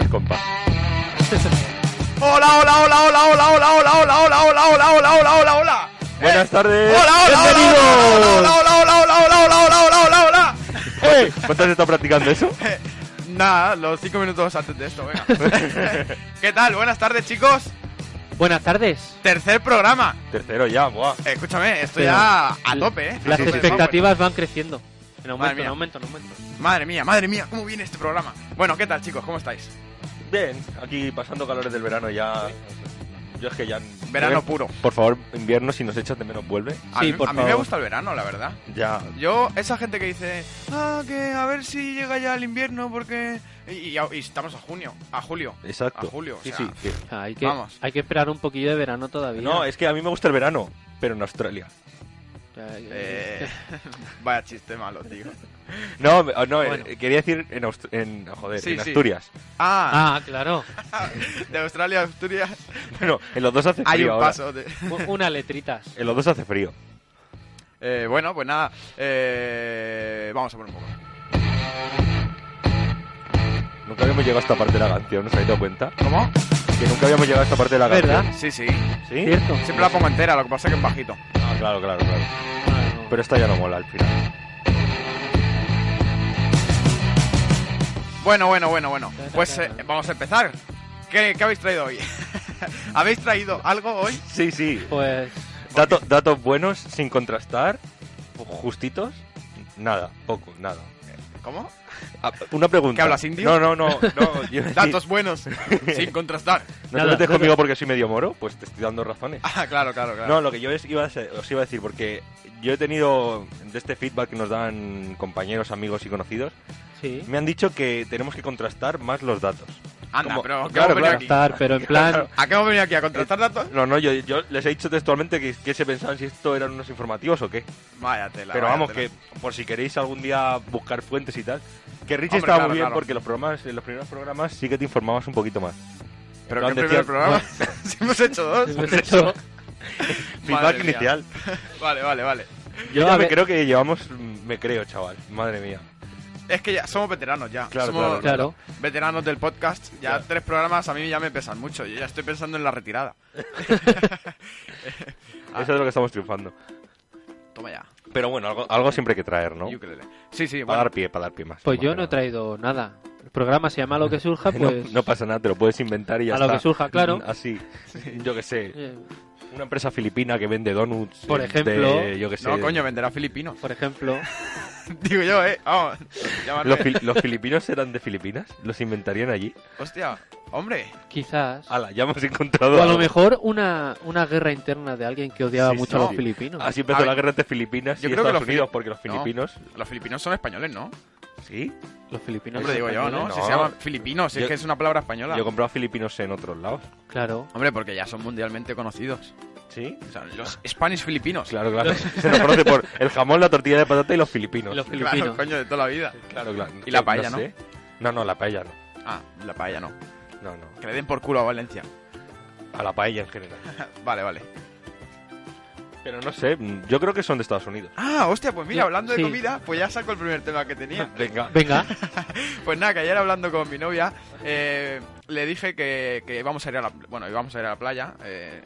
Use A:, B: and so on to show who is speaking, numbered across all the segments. A: el compás. Hola, hola, hola, hola, hola, hola, hola, hola, hola, hola, hola, hola, hola, hola, hola.
B: Buenas tardes.
A: Hola, hola, hola,
B: Bienvenidos.
A: hola, hola, hola, hola, hola, hola, hola, hola, hola, hola.
B: Oye, ¿Cuánto has estado practicando eso?
A: Nada, los cinco minutos antes de esto, venga. ¿Qué tal? Buenas tardes, chicos.
C: Buenas tardes.
A: Tercer programa.
B: Tercero ya, buah.
A: Eh, Escúchame, estoy
C: Pero-
A: ya a tope, ¿eh? A
C: Las
A: tope,
C: expectativas van creciendo. En aumento,
A: mía.
C: en aumento, en aumento.
A: vamos. Madre mía, madre mía, cómo viene este programa. Bueno, ¿qué tal, chicos? ¿Cómo estáis?
B: Bien, aquí pasando calores del verano ya. Yo es que ya.
A: Verano puro.
B: Por favor, invierno, si nos echas de menos, vuelve.
A: A,
C: Sí,
A: mí,
C: por
A: a mí me
C: favor.
A: gusta el verano, la verdad.
B: Ya.
A: Yo, esa gente que dice, ah, que a ver si llega ya el invierno porque... Y, y- y estamos a junio, a julio.
B: Exacto.
A: A julio, o
B: Sí,
A: sea.
B: sí. que-
C: O sea, hay, que,
A: Vamos.
C: hay que esperar un poquillo de verano todavía.
B: No, es que a mí me gusta el verano, pero en Australia.
C: O sea,
A: Eh, vaya chiste malo, tío.
B: No, me- no, eh,
C: Bueno.
B: quería decir en, Aust- en, joder,
A: Sí,
B: en
A: sí.
B: Asturias.
A: Ah,
C: Ah, claro.
A: de Australia a Asturias
B: Bueno, en los dos hace frío.
A: hay un
B: Ah. ahora.
A: paso. de-
C: U- Unas letritas.
B: En los dos hace frío.
A: Eh, bueno, pues nada, eh, vamos a poner un poco.
B: Nunca habíamos llegado a esta parte de la canción, ¿os habéis dado cuenta?
A: ¿Cómo?
B: Que nunca habíamos llegado a esta parte de la
C: ¿Verdad?
B: canción.
A: Sí, sí.
B: ¿Sí?
C: Cierto.
A: Siempre la pongo entera, lo que pasa es que es bajito.
B: Ah, claro, claro, claro.
C: Ah, no.
B: Pero esta ya no mola al final.
A: Bueno, bueno, bueno, bueno. Pues eh, vamos a empezar. ¿Qué, qué habéis traído hoy? ¿Habéis traído algo hoy?
B: Sí, sí.
C: Pues
B: Dato- datos buenos, sin contrastar, justitos, nada, poco, nada.
A: ¿Cómo?
B: Ah, Una pregunta.
A: ¿Que hablas indio?
B: No, no, no. no yo-
A: Datos buenos, sin contrastar.
B: ¿No
C: Nada,
B: te metes
C: nada.
B: conmigo porque soy medio moro? Pues te estoy dando razones.
A: Ah, claro, claro, claro.
B: No, lo que yo es- iba a ser- os iba a decir, porque yo he tenido de este feedback que nos dan compañeros, amigos y conocidos,
C: sí.
B: me han dicho que tenemos que contrastar más los datos.
A: Anda,
B: ¿Cómo?
A: pero ¿qué
B: Claro,
A: hemos venido
B: claro. Eh,
A: aquí?
C: Estar, pero en plan.
A: ¿A qué hemos venido aquí? ¿A contrastar datos?
B: No, no, yo, yo les he dicho textualmente que, que se pensaban si esto eran unos informativos o qué.
A: Vaya tela.
B: Pero
A: vaya
B: vamos,
A: tela.
B: que por si queréis algún día buscar fuentes y tal. Que Richie
A: Hombre,
B: estaba
A: claro,
B: muy bien
A: claro.
B: porque los programas, en los primeros programas sí que te informabas un poquito más.
A: Pero
B: En plan,
A: que primer
B: decías,
A: programa. Si hemos hecho dos.
C: hemos hecho-
B: "Mm, Feedback
A: Madre mía.
B: inicial.
A: Vale, vale, vale.
C: Yo
B: Ya
C: a
B: me
C: ver-
B: creo que llevamos, mm, me creo, chaval. Madre mía.
A: Es que ya somos veteranos ya.
B: Claro,
A: somos
C: claro.
A: veteranos del podcast. Ya
B: Claro.
A: tres programas a mí ya me pesan mucho. Yo ya estoy pensando en la retirada. Ah.
B: Eso es lo que estamos triunfando.
A: Toma ya.
B: Pero bueno, algo, algo siempre hay que traer, ¿no?
A: Ukelele. Sí, sí,
B: Para
A: bueno.
B: dar pie, para dar pie más.
C: Pues
B: más
C: yo
B: que
C: no he
B: nada.
C: traído nada. El programa se llama Lo que surja,
B: No-
C: pues.
B: No, pasa nada, te lo puedes inventar y ya
C: A lo
B: está.
C: que surja, claro.
B: Así, yo que sé,
C: eh,
B: una empresa filipina que vende donuts.
C: Por
B: eh,
C: ejemplo.
B: de- yo que sé.
A: No, coño, venderá filipino.
C: por ejemplo.
A: Digo yo, eh. Vamos. llamadme.
B: Los, fil- los filipinos eran de Filipinas, los inventarían allí.
A: Hostia, hombre.
C: Quizás.
B: Ala, ya hemos encontrado.
C: O a lo
B: algo.
C: mejor una, una guerra interna de alguien que odiaba
B: Sí,
C: mucho
A: no.
C: a los filipinos.
B: Así
A: A
B: empezó
A: ver,
B: la guerra entre Filipinas
A: Ah, yo
B: y
A: creo que
B: Estados
A: los
B: Unidos,
A: fili-
B: porque los
A: No.
B: filipinos.
A: Los filipinos son españoles, ¿no?
B: Sí.
C: Los filipinos.
A: Hombre, digo yo, ¿no?
B: españoles,
A: Si
B: no.
A: se llaman filipinos, si es
B: Yo-
A: que es una palabra española.
B: Yo he comprado filipinos en otros lados.
C: Claro.
A: Hombre, porque ya son mundialmente conocidos.
B: Sí.
A: O sea, los Spanish filipinos.
B: Claro, claro. se nos conoce por el jamón, la tortilla de patata y los filipinos.
C: Los
A: Claro,
C: filipinos.
A: coño, de toda la vida.
B: Claro, claro.
A: Y la paella, ¿no?
B: sé. No, no, la paella no.
A: Ah, la paella no.
B: No, no.
A: Que le den por culo a Valencia.
B: A la paella en general.
A: Vale, vale.
B: Pero no sé, mm, yo creo que son de Estados Unidos.
A: Ah, hostia, pues mira,
C: Sí,
A: hablando de
C: sí.
A: comida, pues ya saco el primer tema que tenía.
B: Venga.
C: Venga.
A: Pues nada, que ayer hablando con mi novia, eh, le dije que, que íbamos a ir a la, bueno, íbamos a ir a la playa, eh,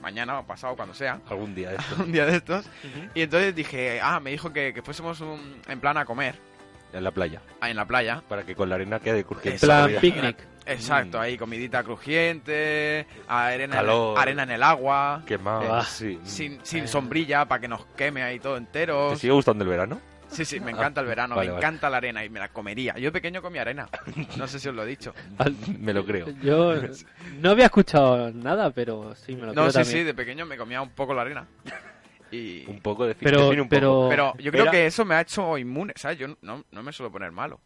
A: mañana o pasado, cuando sea,
B: Algún día esto.
A: un día de estos. Y entonces dije, ah, me dijo que, que fuésemos un- en plan a comer,
B: En la playa.
A: ahí en la playa.
B: Para que con la arena quede
A: Esa
B: crujiente. la
C: Plan
A: comida.
B: comida.
C: picnic.
A: Exacto,
C: Mm.
A: ahí comidita crujiente, arena,
B: Calor.
A: arena en el agua,
B: Quemado.
C: Ah,
B: sí.
C: Eh.
A: sin, sin sombrilla para que nos queme ahí todo entero.
B: ¿Te sigue gustando el verano?
A: Sí, sí, me encanta el verano,
B: Ah, Vale,
A: me
B: vale.
A: encanta la arena y me la comería. Yo de pequeño comía arena. No sé si os lo he dicho.
B: Me lo creo.
C: Yo no había escuchado nada, pero sí me lo creo
A: No, sí,
C: también.
A: sí, de pequeño me comía un poco la arena. Y...
B: Un poco de
C: Pero-
B: define un poco.
C: pero-
A: Pero yo creo
B: Era-
A: que eso me ha hecho inmune, ¿sabes? Yo no, no me suelo poner malo.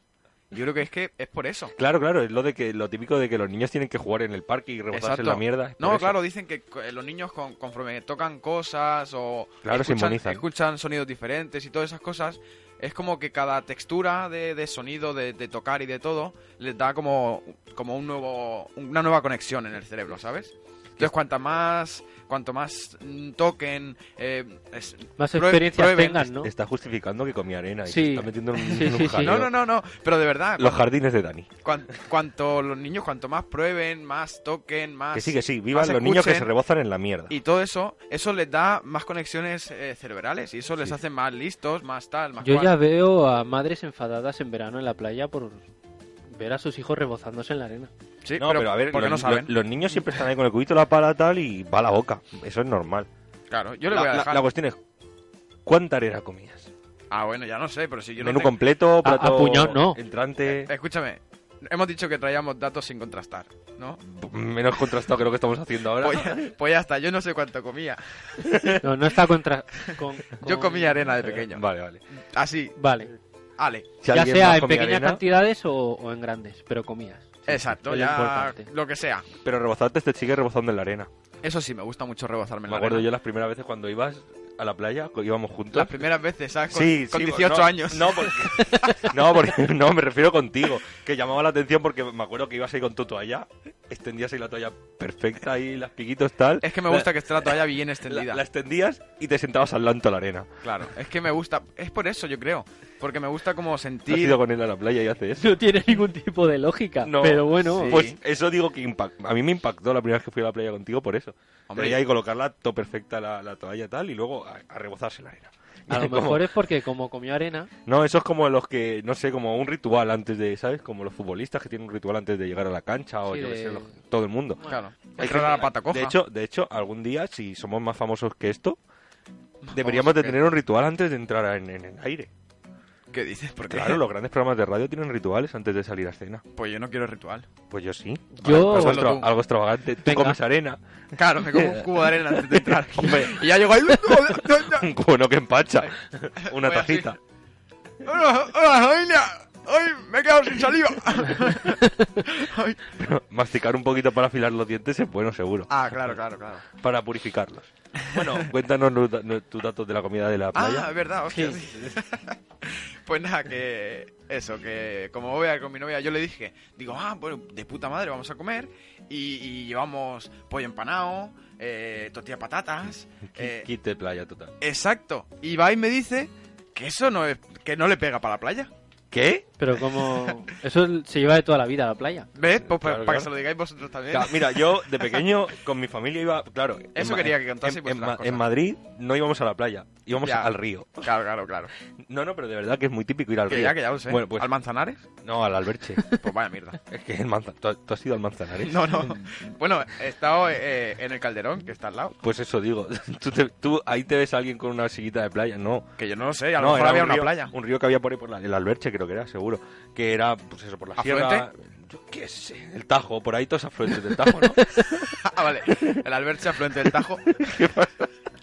A: Yo creo que es que es por eso.
B: Claro, claro, es lo de que lo típico de que los niños tienen que jugar en el parque y rebotarse en la
A: Exacto.
B: mierda.
A: No,
B: Por eso.
A: claro, dicen que co- eh, los niños con- conforme tocan cosas o
B: Claro, se
A: escuchan,
B: inmunizan.
A: escuchan sonidos diferentes y todas esas cosas, es como que cada textura de, de sonido, de, de tocar y de todo, les da como, como un nuevo, una nueva conexión en el cerebro, ¿sabes? Entonces, cuanta más, cuanto más mm, toquen, eh, es-
C: Más
A: prue-
C: experiencias
A: prueben-
C: tengas, ¿no?
B: Está justificando que comía arena y
C: Sí.
B: se está metiendo en un,
C: Sí,
B: en un
C: sí, sí.
B: jaleo.
A: No, no, no, no, pero de verdad,
B: Los jardines de Dani.
A: cuan- cuanto los niños, cuanto más prueben, más toquen, más...
B: Que sí, que sí, vivan
A: Ah, más
B: los niños que se
A: escuchen.
B: rebozan en la mierda.
A: Y todo eso, eso les da más conexiones eh, cerebrales y eso les
B: Sí.
A: hace más listos, más tal, más
C: Yo
A: cual.
C: ya veo a madres enfadadas en verano en la playa por ver a sus hijos rebozándose en la arena.
A: Sí,
B: no, pero, a ver,
A: porque
B: los,
A: no saben.
B: lo- los niños siempre están ahí con el cubito, la pala tal y va a la boca. Eso es normal.
A: claro, yo le
B: la,
A: voy a
B: la-
A: dejar.
B: la cuestión es, ¿cuánta arena comías?
A: Ah, bueno, ya no sé, pero si yo
B: Menú
A: no tengo...
B: completo, plato
C: a puñado no.
B: entrante,
A: Escúchame, hemos dicho que traíamos datos sin contrastar, ¿no?
B: menos contrastado que lo que estamos haciendo ahora.
A: Pues, pues ya está, yo no sé cuánto comía.
C: No, no está contra. con-
A: Yo
C: con-
A: comía arena de pequeño.
B: Vale, vale.
A: Así,
C: Vale.
A: ale.
B: Si
C: Ya
B: alguien
C: sea
B: más
C: en
B: comía
C: pequeñas
B: arena, Eh.
C: cantidades o, o en grandes, pero comías.
A: Exacto,
C: es lo
A: ya
C: importante.
A: lo que sea.
B: Pero rebozarte te sigue rebozando en la arena.
A: Eso sí, me gusta mucho rebozarme
B: Me
A: en la
B: acuerdo
A: arena.
B: yo las primeras veces cuando ibas a la playa, co- íbamos juntos.
A: Las primeras veces, ¿sabes? Con,
B: sí,
A: con
B: sí,
A: 18
B: no,
A: años.
B: No, porque, no, porque- no, me refiero contigo. Que llamaba la atención porque me acuerdo que ibas ahí con tu toalla, extendías ahí la toalla perfecta ahí, las piquitos tal.
A: Es que me gusta que esté la toalla bien extendida.
B: La, la extendías y te sentabas al lanto a la arena.
A: Claro, es que me gusta, es por eso yo creo, porque me gusta como sentir...
B: Has ido con él a la playa y haces eso.
C: No tiene ningún tipo de lógica,
B: No,
C: pero bueno.
A: sí.
B: Pues eso digo que impact- a mí me impactó la primera vez que fui a la playa contigo por eso.
A: Hombre.
B: Hombre, y ahí colocarla todo perfecta la, la toalla tal y luego a, a rebozarse en la arena.
C: A lo
B: Como-
C: mejor es porque como comió arena,
B: No, eso es como los que, no sé, como un ritual antes de, ¿sabes? Como los futbolistas que tienen un ritual antes de llegar a la cancha o
C: Sí,
B: yo qué
C: de-
B: sé, los- todo el mundo.
A: Claro,
B: Hay
A: entrar a
B: gente-
A: la pata coja.
B: De hecho, de hecho, algún día, si somos más famosos que esto,
A: Más
B: deberíamos
A: famosos
B: de
A: que-
B: tener un ritual antes de entrar en, en el aire.
A: ¿Qué dices? Porque
B: Claro, los grandes programas de radio tienen rituales antes de salir a escena.
A: Pues yo no quiero ritual.
B: Pues yo sí.
C: yo.
B: algo,
A: hazlo
B: extra-
A: Oh, tú.
B: algo extravagante. Tú
C: Venga.
B: comes arena.
A: Claro, me como un cubo de arena antes de entrar.
B: Hombre,
A: y ya llego ahí...
B: un cubo que empacha. Una
A: Voy así.
B: tacita.
A: ¡Hola, hola, familia! ¡Ay, me he quedado sin saliva! Ay.
B: Masticar un poquito para afilar los dientes es bueno, seguro.
A: Ah, claro, claro, claro.
B: Para purificarlos. Bueno, cuéntanos los da- no- tus datos de la comida de la
A: Ah,
B: playa.
A: es verdad, hostia. sí. pues nada, que eso, que como voy a ir con mi novia, yo le dije, digo, ah, bueno, de puta madre, vamos a comer. Y, y llevamos pollo empanado, eh, tortilla de patatas. eh,
B: Qui- Quite playa total.
A: exacto. Y va y me dice que eso no es, que no le pega para la playa.
B: ¿Qué?
C: Pero como. Eso se lleva de toda la vida a la playa.
A: ¿Ves? Pues pa-
B: Claro,
A: para
B: claro.
A: que se lo digáis vosotros también.
B: Eh, Claro, mira, yo de pequeño con mi familia iba, claro. en
A: Eso
B: Ma-
A: quería que contase,
B: en-
A: pues,
B: en,
A: las
B: Ma-
A: cosas.
B: en Madrid no íbamos a la playa, íbamos
A: Ya.
B: al río.
A: Claro, claro, claro.
B: No, no, pero de verdad que es muy típico ir al
A: Que
B: río.
A: ya, que ya lo sé.
B: Bueno, pues
A: ¿Al Manzanares?
B: no, al Alberche.
A: Pues vaya mierda.
B: es que el manza- ¿tú, tú has ido al Manzanares.
A: No, no. Bueno, he estado eh, en el Calderón, que está al lado.
B: Pues eso digo. Tú, te- tú ahí te ves a alguien con una sillita de playa, no.
A: Que yo no lo sé, a lo
B: no,
A: mejor
B: era
A: había
B: un
A: una
B: río-
A: playa.
B: Un río que había por ahí por la, el Alberche, creo que era, seguro. Que era, pues eso, por la sierra. Yo qué sé, el Tajo, por ahí todos afluentes del Tajo, ¿no? Eh,
A: Ah, vale. El Alberche afluente del Tajo.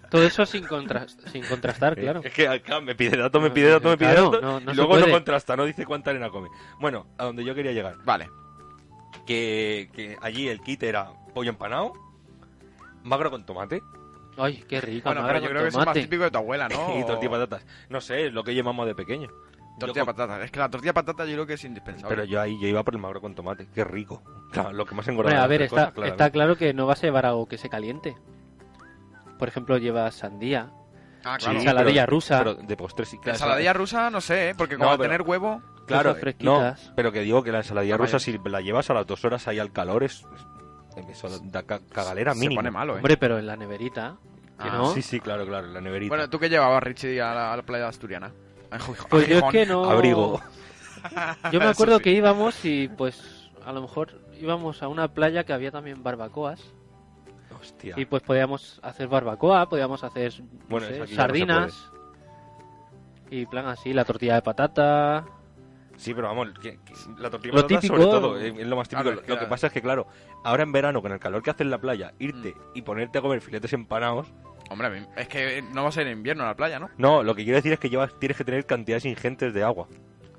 C: Todo eso sin, contras- sin contrastar, claro.
B: Es que acá me pide dato, me pide dato, me pide
C: Claro,
B: dato.
C: no, no
B: y
C: se
B: luego no
C: puede.
B: contrasta, no dice cuánta arena come. Bueno, a donde yo quería llegar.
A: Vale.
B: Que, que allí el kit era pollo empanado, magro con tomate
C: Ay, qué rico,
A: Bueno, pero
C: madre,
A: yo
C: con
A: creo que eso es más
C: tomate.
A: típico de tu abuela, ¿no?
C: Oh.
B: y tortilla de patatas. No sé, es lo que llevamos de pequeño. Yo
A: Tortilla de
B: con-
A: patata. Es que la tortilla de patata yo creo que es indispensable.
B: Pero yo ahí yo iba por el magro con tomate, qué rico. Claro, lo que más engordaba.
C: Hombre, a
B: las
C: ver,
B: tres
C: está,
B: cosas,
C: está
B: claramente.
C: claro que no vas a llevar algo que se caliente. Por ejemplo, llevas sandía,
A: Ah,
B: Sí,
A: claro.
B: pero-
C: Ensaladilla rusa.
B: Pero de postre sí.
A: La
B: claro,
A: ensaladilla rusa, no sé, ¿eh? porque como
B: No,
A: al
B: pero-
A: tener huevo...
B: Claro, eh,
C: Cosas fresquitas.
B: no, pero que digo que la ensaladilla
A: Ah,
B: rusa,
A: vale.
B: si la llevas a las dos horas ahí al calor, es. es- Eso da ca- cagalera
A: Se
B: mínimo.
A: pone malo, ¿eh?
C: hombre, pero en la neverita. que
A: Ah,
C: no.
B: Sí, sí, claro, claro, la neverita.
A: bueno, ¿tú qué llevabas, Richie, a la, a la playa asturiana? A Gijón.
C: Pues yo es
A: Gijón.
C: que no.
B: Abrigo.
C: Yo me
A: Eso
C: acuerdo
A: sí.
C: que íbamos y pues a lo mejor íbamos a una playa que había también barbacoas
B: Hostia.
C: y pues podíamos hacer barbacoa, podíamos hacer no
B: Bueno,
C: sé,
B: eso aquí ya no se
C: sardinas. Y plan así, la tortilla de patata.
B: Sí, pero vamos, que- que la tortilla
C: Lo
B: patata
C: típico.
B: sobre todo, eh, es es lo más típico.
A: Claro,
B: lo
A: es que
B: lo que
A: era-
B: pasa es que, claro, ahora en verano, con el calor que hace en la playa, irte
A: Mm.
B: y ponerte a comer filetes empanados...
A: Hombre, a mí- es que no va a ser en invierno en la playa, ¿no?
B: No, lo que quiero decir es que llevas, tienes que tener cantidades ingentes de agua.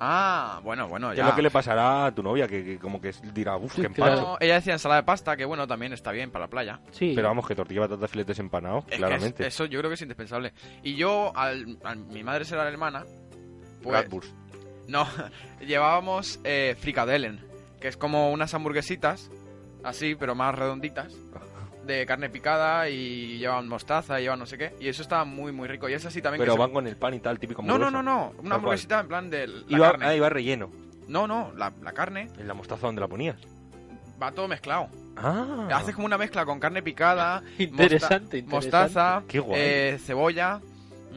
A: Ah, bueno, bueno,
B: Que
A: ya.
B: es lo que le pasará a tu novia, que, que como que dirá, uff, qué
C: claro.
B: empacho.
A: No, ella decía ensalada de pasta, que bueno, también está bien para la playa.
C: Sí.
B: Pero vamos, que tortilla de patatas filetes empanados,
A: Es que
B: claramente.
A: es- eso yo creo que es indispensable. Y yo, al, al- mi madre será la hermana, pues
B: Bratwurst.
A: no, llevábamos eh, fricadellen, que es como unas hamburguesitas, así, pero más redonditas, de carne picada y llevan mostaza y llevan no sé qué. Y eso estaba muy, muy rico. Y es así también
B: Pero
A: que se-
B: van con el pan y tal, típico
A: No, no,
B: hamburguesa.
A: no, no,
B: Tal
A: una
B: cual.
A: hamburguesita en plan de la
B: Iba,
A: carne.
B: ah, iba relleno.
A: No, no, la, la carne
B: En la mostaza donde la ponías.
A: va todo mezclado.
B: Ah.
A: Haces como una mezcla con carne picada,
C: Interesante, interesante.
A: mostaza,
B: Qué guay.
A: eh, cebolla,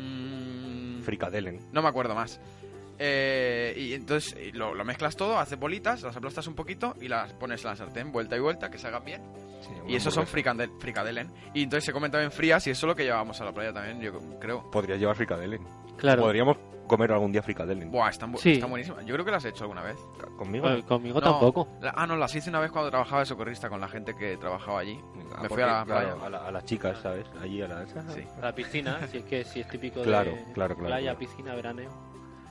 A: mm,
B: Fricadelen.
A: no me acuerdo más. Eh, y entonces y lo, lo mezclas todo, haces bolitas, las aplastas un poquito y las pones en la sartén, vuelta y vuelta, que se hagan bien.
B: Sí,
A: Y
B: una
A: esos son
B: hamburguesa.
A: fricandel, fricadelen. Y entonces se comen también frías y eso es lo que llevábamos a la playa también, yo creo.
B: Podrías llevar fricadelen.
C: Claro.
B: Podríamos comer algún día fricadelen.
A: Buah, están, bu-
C: Sí.
A: están buenísimas. Yo creo que las he hecho alguna vez.
B: Conmigo.
C: Bueno, Conmigo
A: No,
C: tampoco.
A: la- ah, no, las hice una vez cuando trabajaba de socorrista con la gente que trabajaba allí.
B: Ah,
A: me fui
B: porque,
A: a la
B: claro,
A: playa.
B: a la- a las chicas, ¿sabes? Allí a la esa.
A: Sí.
C: A la piscina, si es que si es típico
B: Claro,
C: de
B: claro, claro,
C: playa,
B: claro.
C: piscina, veraneo.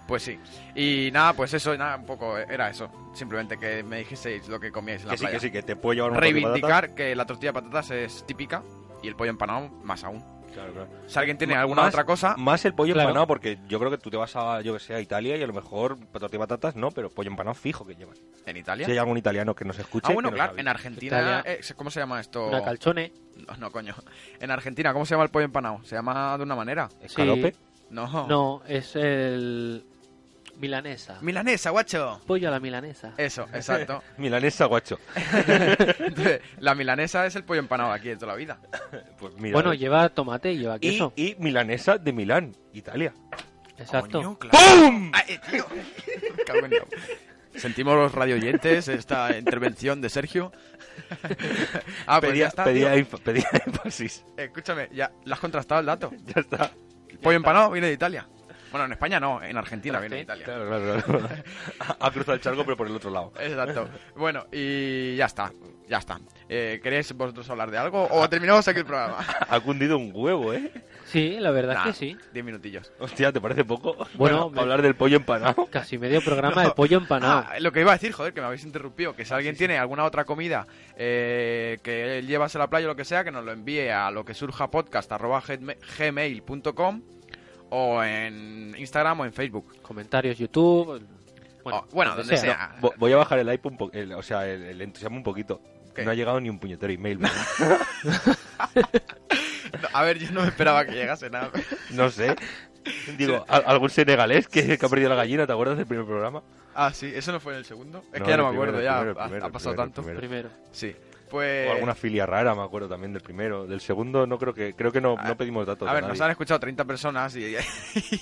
A: Pues sí. Y nada, pues eso, nada, un poco eh, era eso. Simplemente que me dijeseis lo que comíais en la
B: Que sí,
A: playa.
B: que sí, que te puedo llevar un
A: Reivindicar que la tortilla de patatas es típica y el pollo empanado más aún.
B: Claro, claro.
A: Si alguien tiene
B: Ma-
A: alguna
B: más-
A: otra cosa,
B: Más el pollo
C: Claro.
B: empanado, porque yo creo que tú te vas a, yo que sé, a Italia y a lo mejor tortilla y patatas no, pero pollo empanado fijo que llevan.
A: en Italia.
B: Si hay algún italiano que nos escuche.
A: ah, bueno,
B: que nos
A: claro,
B: avise.
A: en Argentina.
C: Italia.
A: eh, ¿Cómo se llama esto?
C: Una calzone.
A: No, no, coño. En Argentina, ¿cómo se llama el pollo empanado? ¿Se llama de una manera?
B: Escalope.
C: Sí.
A: No.
C: No, es el milanesa.
A: Milanesa, guacho.
C: Pollo a la milanesa.
A: Eso, exacto.
B: Milanesa, guacho.
A: Entonces, la milanesa es el pollo empanado aquí de toda la vida.
B: Pues mira,
C: bueno,
A: eh.
C: lleva tomate y lleva
B: y,
C: queso.
B: y milanesa de Milán, Italia.
C: Exacto.
A: Coño, claro. Ah, eh, tío. Me cago en la- Sentimos los radioyentes esta intervención de Sergio. ah, pues ya
B: pedía,
A: está.
B: pedía,
A: tío.
B: énf- pedía énfasis.
A: Escúchame, ya lo has contrastado el dato.
B: Ya está.
A: El pollo empanado viene de Italia. Bueno, en España no, en Argentina viene de Italia.
B: Claro, claro, claro. Ha ha cruzado el charco, pero por el otro lado.
A: Exacto. Bueno, y ya está, ya está. Eh, ¿Queréis vosotros hablar de algo o terminamos aquí el programa?
B: Ha cundido un huevo, ¿eh?
C: Sí, la verdad
A: Nah,
C: es que sí.
A: Diez minutillos.
B: Hostia, ¿te parece poco?
C: Bueno,
B: para
C: me-
B: hablar del pollo empanado.
C: Casi medio programa de pollo empanado.
A: Ah, lo que iba a decir, joder, que me habéis interrumpido, que si alguien tiene alguna otra comida eh, que llevas a la playa o lo que sea, que nos lo envíe a lo que surja podcast arroba gmail- gmail.com o en Instagram o en Facebook.
C: Comentarios, YouTube. Bueno,
A: Oh, bueno, donde sea.
B: Vo- Voy a bajar el hype un po- el- o sea, el, el entusiasmo un poquito.
A: ¿Qué?
B: No ha llegado ni un puñetero email. ¿verdad?
A: No, a ver, yo no me esperaba que llegase nada.
B: No sé. Digo, a- algún senegalés que, que ha perdido la gallina, ¿te acuerdas del primer programa?
A: Ah, sí, eso no fue en el segundo. Es
B: No,
A: que ya
B: el primero,
A: no me acuerdo,
B: el
A: ya
B: primero, el
A: ha-
B: primero,
A: ha,
B: el
A: pasado
B: primero, el
A: tanto.
B: primero.
C: Primero.
A: Sí, pues...
B: O alguna filia rara, me acuerdo también del primero. Del segundo no creo que creo que no, no pedimos datos.
A: A
B: de
A: ver,
B: nadie.
A: nos han escuchado 30 personas y...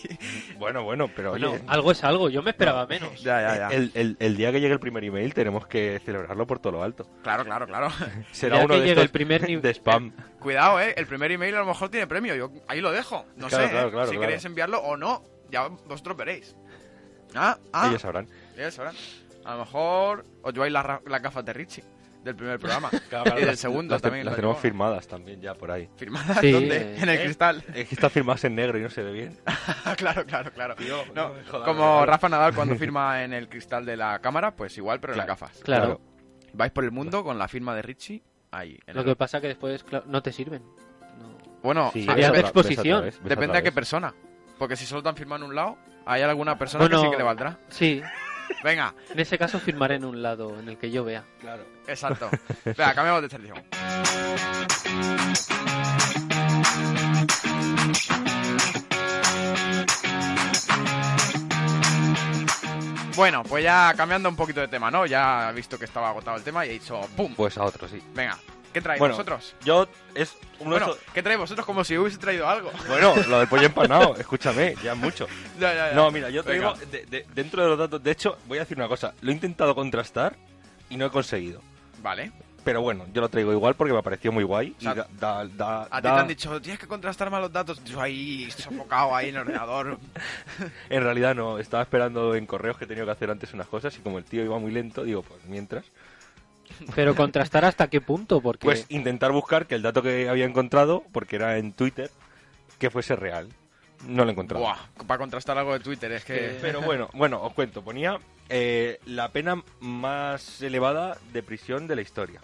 B: Bueno, bueno, pero
C: Bueno,
B: oye,
C: algo es algo. Yo me esperaba menos.
A: ya, ya, ya.
B: Eh, el, el- el día que llegue el primer email tenemos que celebrarlo por todo lo alto.
A: Claro, claro, claro.
B: Será
C: Ya
B: uno de
C: que llegue
B: estos
C: el primer ni-
B: de spam.
A: Cuidado, eh. El primer email a lo mejor tiene premio. Yo ahí lo dejo. No
B: Claro,
A: sé
B: claro,
A: eh,
B: claro,
A: si
B: claro.
A: queréis enviarlo o no. Ya vosotros veréis. Ah, ah.
B: Ellos sabrán.
A: ellos sabrán. A lo mejor os lleváis las, ra- las gafas de Richie del primer programa.
B: Claro,
A: y del
B: las-
A: segundo
B: las, te-
A: también.
B: Las
A: lo
B: tenemos
A: llevo.
B: firmadas también ya por ahí.
A: ¿Firmadas?
C: Sí,
A: ¿Dónde?
C: eh.
A: En el cristal.
B: Es que están firmadas en negro y no se ve bien.
A: Ah, claro, claro, claro.
B: Tío,
A: No,
B: no me jodas,
A: como
B: no.
A: Rafa Nadal cuando firma en el cristal de la cámara, pues igual, pero en las
B: Claro.
A: gafas.
C: Claro.
A: Vais por el mundo con la firma de Richie ahí. en
C: Lo
A: el-
C: que pasa que después claro, no te sirven. No.
A: Bueno,
B: Sí,
A: a
C: Sería
B: ves
A: ver,
C: de
B: otra-
C: exposición.
B: ves otra vez, ves
A: Depende
B: otra
A: a qué
B: vez.
A: persona. Porque si solo te han firmado en un lado, hay alguna persona
C: Bueno.
A: que sí que le valdrá.
C: Sí,
A: Venga,
C: en ese caso firmaré en un lado en el que yo vea.
B: Claro.
A: exacto. Venga, cambiamos de sección. Bueno, pues ya cambiando un poquito de tema, ¿no? Ya he visto que estaba agotado el tema y he dicho ¡pum!
B: Pues a otro, sí.
A: Venga, ¿qué traéis
B: Bueno,
A: vosotros?
B: yo es uno de
A: Bueno,
B: esos-
A: ¿qué traéis vosotros? Como si hubiese traído algo.
B: Bueno, lo del pollo empanado, escúchame, ya es mucho.
A: Ya, ya, ya.
B: No, mira, yo te
A: Venga.
B: digo, de- de- dentro de los datos, de hecho, voy a decir una cosa, lo he intentado contrastar y no he conseguido.
A: Vale.
B: Pero bueno, yo lo traigo igual porque me pareció muy guay.
A: O sea,
B: y da, da- da-
A: A ti
B: da-
A: te han dicho, tienes que contrastar más los datos. Y tú ahí, sofocado ahí en el ordenador.
B: En realidad no, estaba esperando en correos que he tenido que hacer antes unas cosas y como el tío iba muy lento, digo, pues mientras.
C: Pero contrastar hasta qué punto, porque
B: Pues intentar buscar que el dato que había encontrado, porque era en Twitter, que fuese real. No lo he encontrado.
A: Buah, para contrastar algo de Twitter, es que...
B: eh, Pero bueno, bueno, os cuento. Ponía eh, la pena más elevada de prisión de la historia.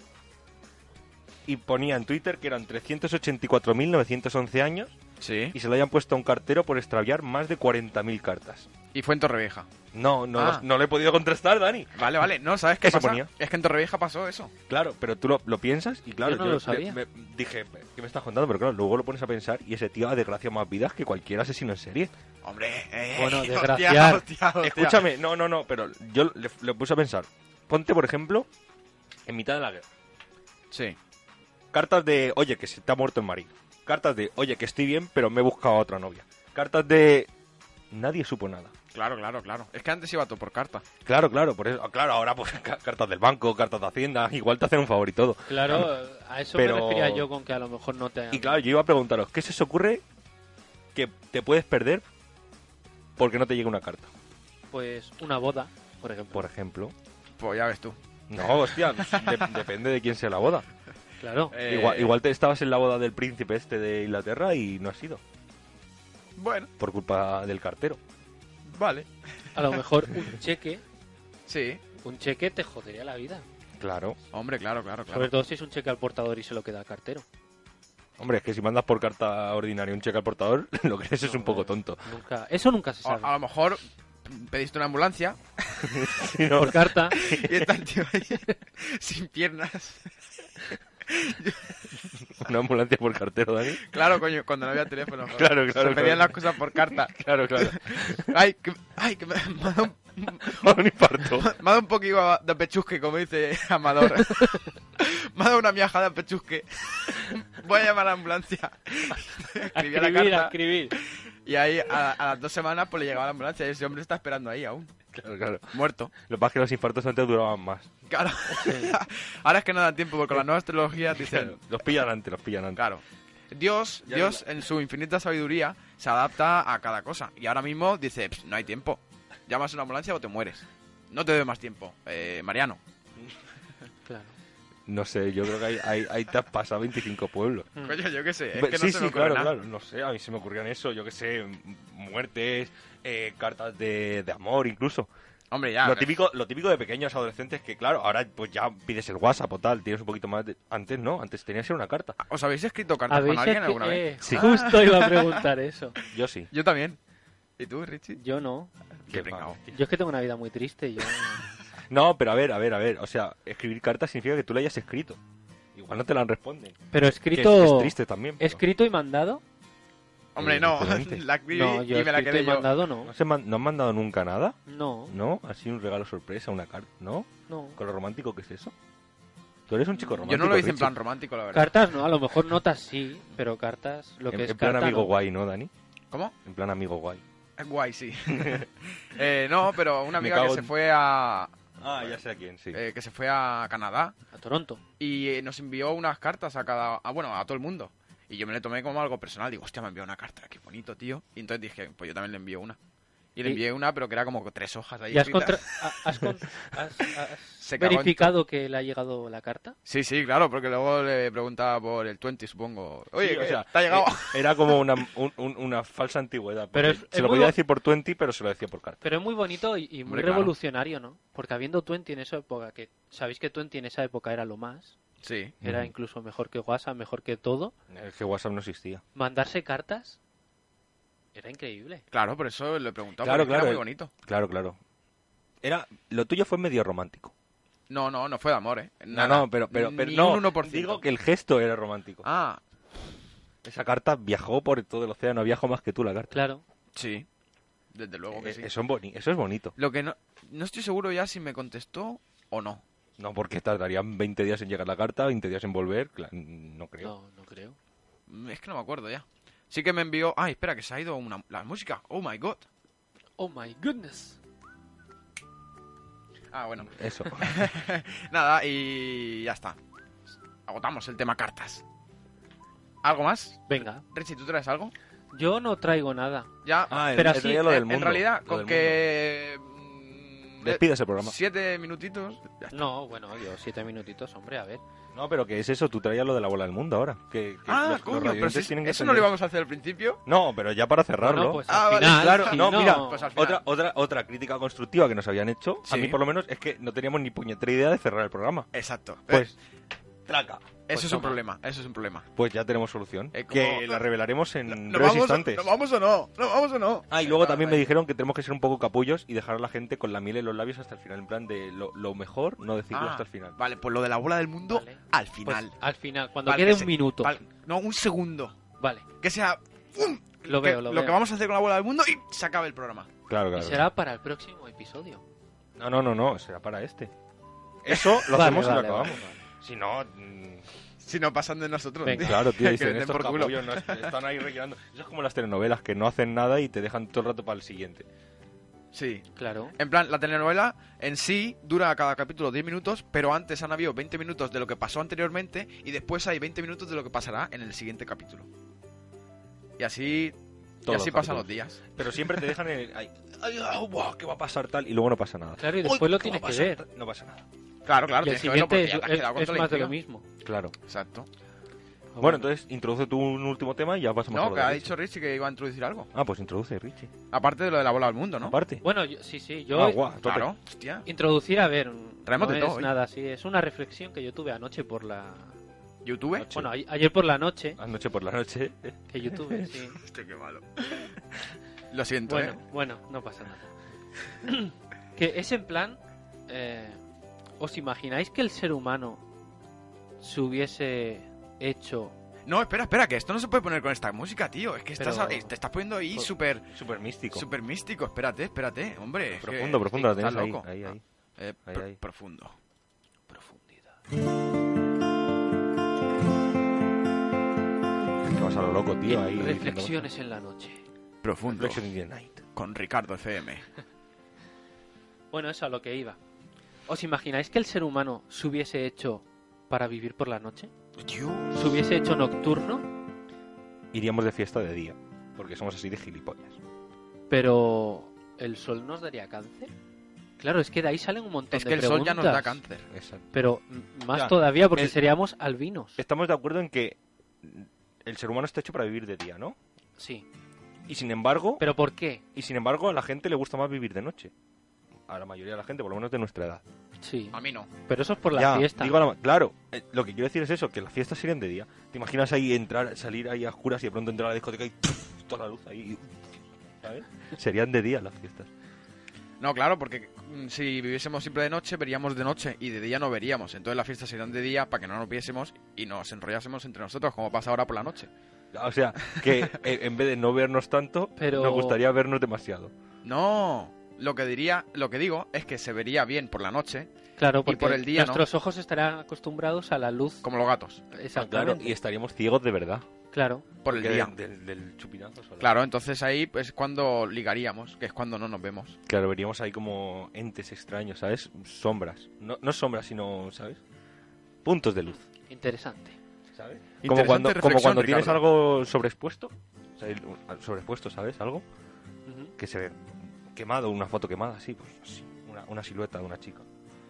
B: Y ponía en Twitter que eran 384.911 años
A: Sí.
B: y se lo hayan puesto a un cartero por extraviar más de 40.000 cartas.
A: Y fue en Torrevieja.
B: No, no,
A: Ah.
B: lo- no lo he podido contrastar, Dani.
A: Vale, vale. No, ¿sabes qué
B: Eso
A: pasa?
B: ponía.
A: Es que en Torrevieja pasó eso.
B: Claro, pero tú lo, lo piensas y claro,
C: Yo no lo sabía.
B: me- dije, ¿qué me estás contando? Pero claro, luego lo pones a pensar y ese tío ha desgraciado más vidas que cualquier asesino en serie.
A: Hombre, eh,
C: Bueno,
A: hostia,
C: desgraciar.
A: hostia, hostia.
B: Escúchame, no, no, no, pero yo le, le puse a pensar. Ponte, por ejemplo, en mitad de la guerra.
A: Sí.
B: Cartas de, oye, que se te ha muerto el marido. Cartas de, oye, que estoy bien, pero me he buscado a otra novia. Cartas de... Nadie supo nada.
A: Claro, claro, claro. Es que antes iba todo por carta.
B: Claro, claro, por eso. Claro, ahora pues ca- cartas del banco, cartas de Hacienda, igual te hacen un favor y todo.
C: claro, a eso
B: Pero-
C: me refería yo con que a lo mejor no te...
B: Y claro, yo iba a preguntaros, ¿qué se os ocurre que te puedes perder porque no te llega una carta?
C: Pues una boda, por ejemplo.
B: Por ejemplo. Eh.
A: Pues ya ves tú.
B: No, hostia, de- depende de quién sea la boda.
C: Claro.
A: Eh,
B: Igual, igual te estabas en la boda del príncipe este de Inglaterra y no has ido,
A: Bueno,
B: por culpa del cartero.
A: vale.
C: A lo mejor un cheque,
A: Sí.
C: un cheque te jodería la vida.
B: Claro.
A: Hombre, claro, claro, claro.
C: Sobre todo si es un cheque al portador y se lo queda al cartero.
B: Hombre, es que si mandas por carta ordinaria un cheque al portador, lo que eres es un poco tonto.
C: Nunca, eso nunca se
A: O-
B: Ah,
C: sabe.
A: a lo mejor pediste una ambulancia
B: Si no,
C: Por carta,
A: y está el tío ahí sin piernas.
B: una ambulancia por cartero, Dani.
A: Claro, coño, cuando no había teléfono. joder.
B: Claro, claro,
A: Se pedían
B: claro.
A: las cosas por carta.
B: Claro, claro.
A: Ay, que, ay, que me, me ha dado un,
B: Un infarto.
A: me ha dado un poquillo de pechusque, como dice Amador. me ha dado una miajada de pechusque. Voy a llamar a la ambulancia.
C: a
A: Escribí a la
C: escribir, a
A: carta
C: escribir.
A: y ahí a, a las dos semanas pues le llegaba la ambulancia y ese hombre está esperando ahí aún,
B: Claro, claro.
A: muerto.
B: Lo que pasa es que los infartos antes duraban más.
A: Claro. Ahora es que no dan tiempo porque con las nuevas tecnologías dicen,
B: Los pillan antes, los pillan antes.
A: Claro. Dios, Dios en su infinita sabiduría se adapta a cada cosa. Y ahora mismo dice, "Pss, no hay tiempo. Llamas a una ambulancia o te mueres. No te doy más tiempo, eh, Mariano.
C: Claro.
B: No sé, yo creo que ahí, ahí, ahí te has pasado 25 pueblos.
A: Coño, yo qué sé. Es
B: Ve-
A: que no
B: Mm. sí,
A: se
B: sí,
A: me ocurre
B: claro,
A: nada.
B: claro. No sé, a mí se me ocurrían eso, yo qué sé, m- muertes, eh, cartas de, de amor incluso.
A: Hombre, ya.
B: lo, típico, lo típico de pequeños adolescentes que, claro, ahora pues ya pides el WhatsApp o tal, tienes un poquito más de... Antes no, antes tenía que ser una carta.
A: ¿Os habéis escrito cartas con
C: ¿Habéis
A: alguien
C: escri-
A: alguna vez?
C: eh,
B: Sí.
C: Justo iba a preguntar eso.
B: Yo sí.
A: Yo también. ¿Y tú, Richie?
C: Yo no.
A: Qué pringao.
B: mal.
C: Yo es que tengo una vida muy triste. y Yo...
B: No, pero a ver, a ver, a ver. O sea, escribir cartas significa que tú la hayas escrito. Igual no te la responden.
C: Pero
B: Que es-
C: escrito...
B: es, triste también. pero-
C: Escrito y mandado.
B: Eh,
A: Hombre, no.
B: Evidentemente.
A: La escribí
C: No, yo
A: y me la
C: escrito
A: quedé
C: y
A: yo.
C: mandado no.
B: ¿No, se man- no han mandado nunca nada?
C: No,
B: ¿No? Así un regalo sorpresa, una carta. ¿No?
C: no.
B: ¿Con lo romántico que es eso? Tú eres un chico
A: Yo
B: romántico.
A: no lo hice en
B: Richie.
A: plan romántico, la verdad.
C: Cartas no, a lo mejor notas sí, pero cartas, lo que
B: En,
C: es
B: en plan
C: carta,
B: amigo
C: no.
B: guay, ¿no, Dani?
A: ¿Cómo?
B: En plan amigo guay.
A: Es guay, sí. Eh, no, pero una
B: Me
A: amiga que
B: cago
A: se
B: en-
A: fue a...
B: Ah, ya sé a quién, sí.
A: eh, que se fue a Canadá
C: A Toronto.
A: y eh, nos envió unas cartas a cada, a, bueno, a todo el mundo. Y yo me lo tomé como algo personal, digo, hostia, me envió una carta, qué bonito, tío. Y entonces dije, pues yo también le envío una. Y le
C: Y-
A: envié una, pero que era como con tres hojas ahí.
C: ¿Y has,
A: escritas.
C: contra- ha- has con- has- has
A: Se cagó en
C: verificado que le ha llegado la carta?
A: Sí, sí, claro, porque luego le preguntaba por el 20, supongo. Oye,
B: Sí,
A: o sea, ¿te ha llegado?
B: eh, Era como una, un- un- una falsa antigüedad.
C: Pero
B: porque
C: es-
B: se
C: es
B: lo
C: muy
B: podía
C: bo-
B: decir por 20, pero se lo decía por carta.
C: Pero es muy bonito y, y muy
A: Hombre, claro.
C: revolucionario, ¿no? Porque habiendo Twenty en esa época, que sabéis que Twenty en esa época era lo más,
A: eh, Sí.
C: era
B: Ujú.
C: incluso mejor que WhatsApp, mejor que todo,
B: Es que WhatsApp no existía.
C: mandarse cartas era increíble.
A: Claro, por eso le he preguntado,
B: Claro,
A: porque es que era
B: claro. eh.
A: muy bonito.
B: Claro, claro. Era, lo tuyo fue medio romántico.
A: No, no, no fue de amor, ¿eh?
B: No,
A: Nada.
B: no, pero, pero, pero
A: Ni
B: no,
A: un 1%.
B: digo que el gesto era romántico.
A: Ah,
B: Esa carta viajó por todo el océano, viajó más que tú la carta.
C: Claro.
A: sí. Desde luego que
B: Eh,
A: sí.
B: eso, es boni- eso es bonito.
A: Lo que no... No estoy seguro ya si me contestó o no.
B: No, porque tardarían 20 días en llegar la carta, 20 días en volver, cla- no creo.
C: No, no creo.
A: Mm, Es que no me acuerdo ya. Sí que me envió. Ay, espera, que se ha ido una, la música. Oh my god.
C: Oh my goodness.
A: Ah, bueno.
B: Eso.
A: Nada, y ya está. agotamos el tema cartas. ¿Algo más?
C: Venga,
A: Richie, ¿tú traes algo?
C: yo no traigo nada.
A: Ya.
B: Ah, el,
C: Pero
B: el
C: así,
B: rollo lo del
A: Eh, en,
B: mundo.
A: en realidad,
B: lo
A: con
B: del
A: que. mm,
B: mundo. Despides el programa.
A: Siete minutitos. ya está.
C: No, bueno, yo siete minutitos, hombre, a ver.
B: No, pero que es eso, tú traías lo de la bola del mundo ahora. Que, que
A: Ah,
B: los- los
A: coño, pero
B: radioyentes
A: si, eso
B: tienen que
A: no lo
B: entender.
A: íbamos a hacer al principio.
B: No, pero ya para cerrarlo.
C: Bueno, pues
A: Ah,
C: al
A: vale,
C: final,
A: claro,
C: si
B: no, mira,
A: Pues al final.
B: Otra, otra, otra crítica constructiva que nos habían hecho, a
A: Sí.
B: mí por lo menos, es que no teníamos ni puñetera idea de cerrar el programa.
A: Exacto.
B: Pues,
A: Eh,
B: traca.
A: eso es un
C: toma.
A: problema. Eso es un problema.
B: Pues ya tenemos solución.
A: Eh, ¿cómo?
B: que la revelaremos Mm, en
A: ¿Nos
B: breves
A: vamos,
B: instantes.
A: ¿Nos vamos o no? ¿Nos vamos o no?
B: Ah, y luego también me dijeron que tenemos que ser un poco capullos y dejar a la gente con la miel en los labios hasta el final. En plan de lo, lo mejor, no decirlo
A: Ah,
B: hasta el final.
A: Vale, pues lo de la bola del mundo
C: Vale.
A: al
C: Pues,
A: final.
C: al final, cuando
A: Vale,
C: quede
A: que
C: un
A: se-
C: minuto.
A: Vale, No, un segundo.
C: Vale.
A: Que sea. ¡pum!
C: Lo
A: que-
C: veo, lo veo.
A: que vamos a hacer con la bola del mundo y se acabe el programa.
B: Claro,
C: Y será para el próximo episodio.
B: No, no, no, no, será para este. Eso lo
C: Vale,
B: hacemos y
C: vale,
B: lo acabamos.
C: vale, vale.
B: Si no. mm,
A: Si no pasan de nosotros.
C: Venga.
B: Claro, tío,
A: Que
B: dicen
A: le den
B: estos
A: por culo".
B: capullos no, están ahí rellenando. Eso es como las telenovelas que no hacen nada y te dejan todo el rato para el siguiente.
A: Sí.
C: Claro.
A: En plan, la telenovela en sí dura cada capítulo 10 minutos, pero antes han habido 20 minutos de lo que pasó anteriormente y después hay 20 minutos de lo que pasará en el siguiente capítulo. Y así, y
B: Todos
A: así
B: los capítulos.
A: pasan los días.
B: Pero siempre te dejan el. Ay, ay, ah, buah, ¿Qué va a pasar tal? Y luego no pasa nada.
C: Claro, y
B: Uy,
C: después lo
B: ¿qué va
C: tienes
B: a
C: que
B: pasar?
C: ver.
B: No pasa nada.
A: Claro, claro,
C: y el
A: tienes que verlo
C: siguiente
A: porque
C: es,
A: ya te has
C: es-
A: quedado con
C: es
A: toda la
C: más de lo
A: intriga.
C: mismo.
B: Claro.
A: Exacto.
C: Ah,
B: Bueno, entonces introduce tú un último tema y ya pasamos a
A: No,
B: lo
A: que
B: de
A: ha
B: Richie.
A: dicho Richie que iba a introducir algo.
B: Ah, pues introduce, Richie.
A: Aparte de lo de la bola del mundo, ¿no?
B: Aparte.
C: Bueno, yo- sí, sí, yo
B: Ah, guau, tope.
A: Claro, hostia.
C: introducir, a ver, un-
A: Traemos
C: no
A: de
C: es
A: todo hoy.
C: nada así, es una reflexión que yo tuve anoche por la...
A: ¿YouTube?
C: Bueno, a- ayer por la noche,
B: Anoche por la noche.
C: que yo tuve, sí.
A: Hostia, qué malo. Lo siento,
C: Bueno,
A: ¿eh?
C: bueno, no pasa nada. que es en plan, eh, ¿os imagináis que el ser humano se hubiese hecho...
A: No, espera, espera, que esto no se puede poner con esta música, tío. Es que estás,
C: Pero-
A: eh, te estás poniendo ahí
C: Por-
A: súper
B: Súper místico.
A: súper místico. Espérate, espérate, hombre. es que-
B: profundo, profundo.
A: es
B: La
A: que
B: tenés
A: estás
B: ahí,
A: loco.
B: ahí, ahí.
A: Eh,
B: Ahí,
A: pr-
B: ahí.
A: Profundo.
C: Profundidad.
B: Que vas a lo loco, tío. Ahí
C: Reflexiones en la noche.
A: Profundo.
B: Reflection in the night.
A: Con Ricardo FM.
C: Bueno, eso a lo que iba. ¿Os imagináis que el ser humano se hubiese hecho para vivir por la noche? ¿Se hubiese hecho nocturno?
B: Iríamos de fiesta de día. Porque somos así de gilipollas.
C: Pero el sol nos daría cáncer. Claro, es que de ahí salen un montón
A: Es
C: de
A: que el sol ya nos da
C: preguntas.
A: cáncer.
B: Exacto.
C: Pero m- más
B: Ya,
C: todavía porque
B: el-
C: seríamos albinos.
B: Estamos de acuerdo en que el ser humano está hecho para vivir de día, ¿no?
C: Sí.
B: Y sin embargo,
C: ¿Pero por qué?
B: y sin embargo a la gente le gusta más vivir de noche. A la mayoría de la gente, por lo menos de nuestra edad.
C: Sí.
B: Ah.
A: A mí no.
C: Pero eso es por la
B: Ya,
C: fiesta.
B: digo a la ma- claro, eh, lo que quiero decir es eso, que las fiestas serían de día. ¿Te imaginas ahí entrar, salir ahí a oscuras y de pronto entrar a la discoteca y toda la luz ahí? ¿sabes? Serían de día las fiestas.
A: No, claro, porque mm, si viviésemos siempre de noche, veríamos de noche y de día no veríamos. Entonces las fiestas serían de día para que no nos viésemos y nos enrollásemos entre nosotros, como pasa ahora por la noche.
B: O sea, que eh, en vez de no vernos tanto,
C: Pero-
B: nos gustaría vernos demasiado.
A: No, lo que diría, lo que digo es que se vería bien por la noche,
C: Claro, porque
A: por el día,
C: nuestros ojos estarán acostumbrados a la luz.
A: como los gatos,
B: Ah, Claro, y
C: Exactamente.
B: estaríamos ciegos de verdad.
C: Claro.
A: por el
B: Porque
A: día.
B: de- Del, del chupinazo solar.
A: Claro, entonces ahí pues, es cuando ligaríamos, que es cuando no nos vemos.
B: Claro, veríamos ahí como entes extraños, ¿sabes? Sombras. No, no sombras, sino, ¿sabes? Puntos de luz.
C: Interesante.
B: ¿sabes? Como
A: Interesante
B: cuando, como
A: reflexión,
B: cuando tienes
A: Ricardo.
B: algo sobreexpuesto, o sea, el- sobreexpuesto, ¿sabes? Algo
C: Ujú.
B: que se ve quemado, una foto quemada, así, pues así, una, una silueta de una chica,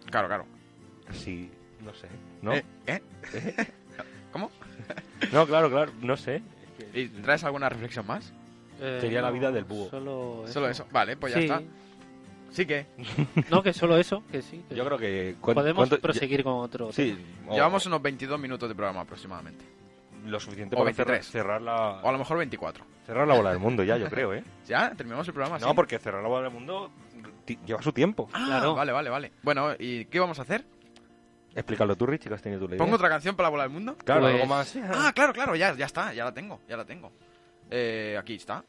A: Claro, claro.
B: así, no sé, ¿no?
A: Eh, ¿eh? ¿Cómo?
B: No, claro, claro, no sé.
A: ¿Y traes alguna reflexión más?
C: Eh,
B: Sería la vida del búho.
C: Solo eso.
A: Solo eso. Vale, pues ya
C: Sí.
A: está. Sí que
C: No, que solo eso, que sí. que
B: Yo creo que... cu-
C: Podemos
B: cuánto-
C: proseguir con otro.
B: ya- Sí, o-
A: llevamos unos 22 minutos de programa aproximadamente.
B: lo suficiente
A: o
B: para cerrar,
A: 23.
B: cerrar
A: O a
B: la,
A: lo mejor 24.
B: cerrar la bola del mundo ya, yo creo, ¿eh?
A: ¿Ya? ¿Terminamos el programa?
B: No,
A: Ah, ¿Sí?
B: porque cerrar la bola del mundo ti- lleva su tiempo.
A: Ah,
C: Claro.
A: Vale, vale, vale. Bueno, ¿y qué vamos a hacer?
B: Explícalo tú, Richie, que has tenido tu idea.
A: ¿Pongo otra canción para la bola del mundo?
B: Claro,
C: Pues-
B: algo más.
A: Ah, claro, claro, ya, ya está, ya la tengo, ya la tengo. Eh, aquí está.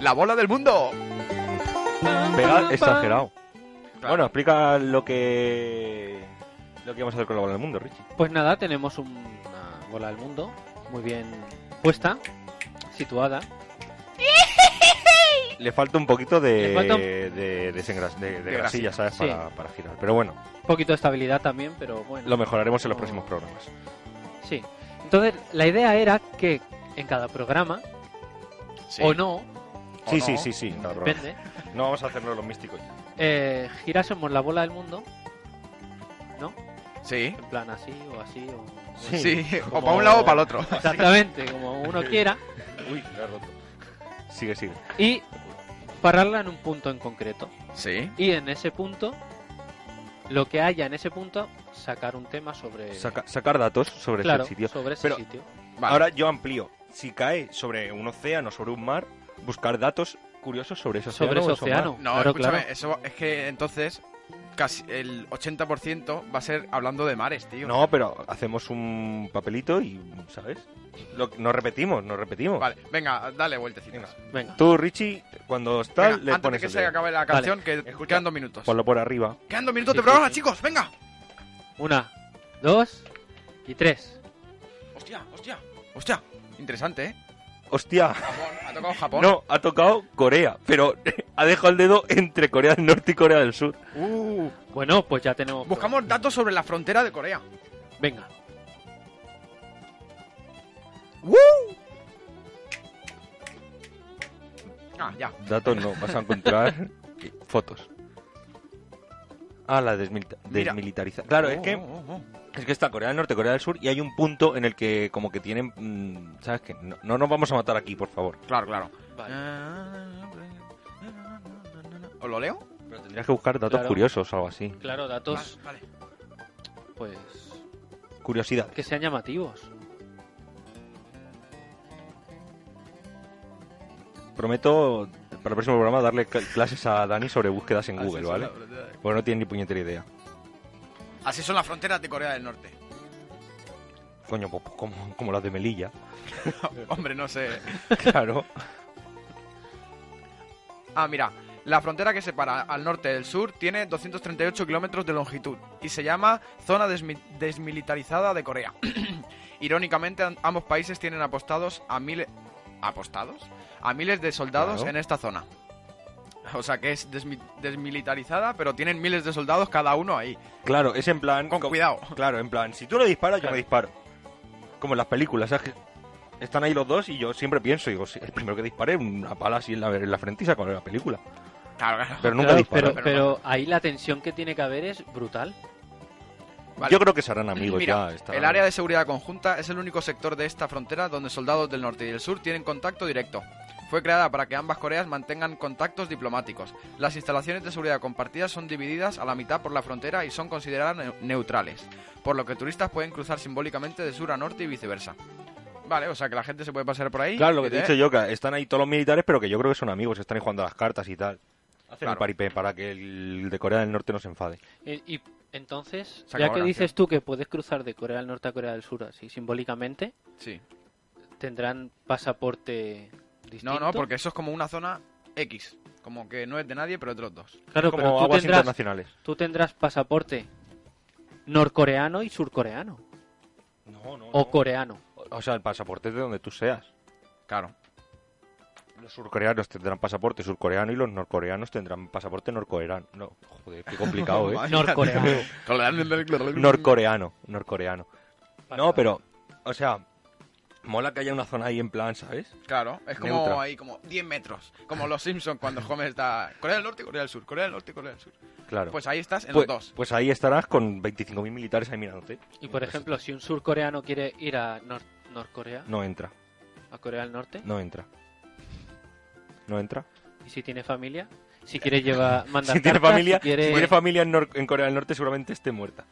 A: La bola del mundo.
B: Pega exagerado.
A: Claro.
B: Bueno, explica lo que lo que vamos a hacer con la bola del mundo, Richie.
C: Pues nada, tenemos un- una bola al mundo muy bien puesta, situada.
B: le falta un poquito de,
C: Le falta un-
B: de, desengras- de- de
A: De
B: grasilla,
A: grasilla,
B: ¿sabes?
C: sí.
B: Para, para girar. Pero bueno,
C: Un poquito de estabilidad también, pero bueno.
B: lo mejoraremos en los
C: No.
B: próximos programas.
C: Sí. Entonces, la idea era que en cada programa,
A: Sí.
C: o no,
A: O
B: sí,
A: no.
B: sí, sí, sí, no, broma.
C: depende,
B: No vamos a hacerlo los místicos ya.
C: eh, girásemos la bola del mundo, ¿no?
A: Sí.
C: En plan así o así o...
B: Sí.
A: Sí, o
C: Como-
A: para un lado o para el otro.
C: Exactamente, como uno quiera.
B: Uy, lo he roto. Sigue, sigue.
C: Y pararla en un punto en concreto.
A: Sí.
C: Y en ese punto, lo que haya en ese punto, sacar un tema sobre...
B: Saca- sacar datos sobre
C: Eh. claro,
B: ese sitio.
C: sobre ese
B: Pero
C: sitio.
A: Vale.
B: Ahora yo amplío. Si cae sobre un océano, sobre un mar, buscar datos curiosos sobre ese océano.
C: Sobre ese
B: o mar.
C: océano.
A: No,
C: claro,
A: escúchame,
C: claro.
A: eso es que entonces casi el 80% va a ser hablando de mares, tío.
B: No, pero hacemos un papelito y, ¿sabes? Lo, nos repetimos, nos repetimos.
A: Vale, venga, dale vueltecitas.
B: Venga.
C: Venga.
B: Tú, Richie, cuando
A: Venga,
B: estás, le
A: antes de
B: pones
A: que
B: el
A: se
B: dedo.
A: acabe la
C: Vale.
A: canción, que
B: Escucha.
A: quedan dos minutos.
B: Ponlo por arriba.
A: Quedan dos minutos
C: Sí,
A: de
C: sí,
A: programa,
C: sí.
A: chicos, venga.
C: Una, dos y tres.
A: Hostia, hostia, hostia. Interesante, ¿eh?
B: ¡Hostia!
A: Japón, ha tocado Japón.
B: No, ha tocado Corea, pero ha dejado el dedo entre Corea del Norte y Corea del Sur.
A: Uh,
C: Bueno, pues ya tenemos...
A: buscamos datos sobre la frontera de Corea.
C: Venga.
A: Ah, ya.
B: Datos no, vas a encontrar fotos. Ah, la desmilita-
A: Mira.
B: desmilitarizada. Claro, es
A: Oh,
B: que
A: oh, oh, oh.
B: es que está Corea del Norte, Corea del Sur y hay un punto en el que como que tienen, mm, sabes qué? no, no nos vamos a matar aquí, por favor.
A: Claro, claro. Ah,
C: Vale.
A: ¿Os lo leo?
B: Pero tendrías que buscar datos
C: Claro.
B: curiosos o algo así.
C: Claro, datos
A: Vale, vale.
C: pues
B: Curiosidad.
C: que sean llamativos.
B: Prometo para el próximo programa darle cl- clases a Dani sobre búsquedas en
A: Así
B: Google,
A: son
B: ¿vale?
A: la-
B: Pues no tiene ni puñetera idea.
A: Así son las fronteras de Corea del Norte.
B: Coño, pues como, como las de Melilla.
A: Hombre, no sé.
B: Claro.
A: Ah, mira, la frontera que separa al norte del sur tiene 238 kilómetros de longitud y se llama Zona Desmi- Desmilitarizada de Corea. Irónicamente, am- ambos países tienen apostados a miles... ¿Apostados? A miles de soldados
B: Claro.
A: en esta zona. O sea que es desmi- desmilitarizada, pero tienen miles de soldados cada uno ahí.
B: Claro, es en plan...
A: Con
B: co-
A: cuidado.
B: Claro, en plan, si tú le disparas, yo me disparo. Como en las películas, ¿sabes? Que están ahí los dos y yo siempre pienso, digo, "Sí, el primero que dispare una pala así en la, en la frente y saco la película.
A: Claro, claro.
B: Pero nunca
C: Claro,
B: dispara.
C: pero, pero ahí la tensión que tiene que haber es brutal.
A: Vale.
B: Yo creo que serán amigos
A: Mira,
B: Este ya. está-
A: el área de seguridad conjunta es el único sector de esta frontera donde soldados del norte y del sur tienen contacto directo. Fue creada para que ambas Coreas mantengan contactos diplomáticos. Las instalaciones de seguridad compartidas son divididas a la mitad por la frontera y son consideradas neu- neutrales, por lo que turistas pueden cruzar simbólicamente de sur a norte y viceversa. Vale, o sea que la gente se puede pasar por ahí.
B: Claro, lo que
A: y
B: te he
A: de-
B: dicho yo, que están ahí todos los militares, pero que yo creo que son amigos, están ahí jugando a las cartas y tal. Hacen
A: Claro.
B: un paripé para que el de Corea del Norte no se enfade.
C: E- Y, entonces,
A: Se
C: ya
A: acabó
C: que
A: la
C: dices tú que puedes cruzar de Corea del Norte a Corea del Sur así simbólicamente,
A: Sí.
C: tendrán pasaporte distinto.
A: No, no, porque eso es como una zona X. Como que no es de nadie, pero de los dos.
C: claro,
B: Como
C: pero tú
B: aguas
C: tendrás,
B: internacionales.
C: tú tendrás pasaporte norcoreano y surcoreano
B: No, no,
C: o coreano.
B: O sea, el pasaporte es de donde tú seas.
A: Claro.
B: Los surcoreanos tendrán pasaporte surcoreano y los norcoreanos tendrán pasaporte norcoreano. No, joder, qué complicado, ¿eh?
C: Norcoreano.
B: norcoreano, norcoreano. No, pero, o sea, mola que haya una zona ahí en plan, ¿sabes?
A: Claro, es como
B: Neutra.
A: ahí, como 10 metros. Como los Simpsons cuando Homer está. Corea del Norte, y Corea del Sur, Corea del Norte, y Corea del Sur.
B: Claro.
A: Pues ahí estás en
B: Pues-
A: los dos.
B: pues ahí estarás con 25.000 militares ahí mirándote. Pues,
C: Y por ejemplo, si un surcoreano quiere ir a Nor- Norcorea,
B: No entra,
C: a Corea del Norte,
B: no entra. No entra.
C: y si tiene familia, si quiere llevar mandar
B: si tiene
C: cartas,
B: familia,
C: si quiere-
B: si tiene familia en, Nor- en Corea del Norte seguramente esté muerta.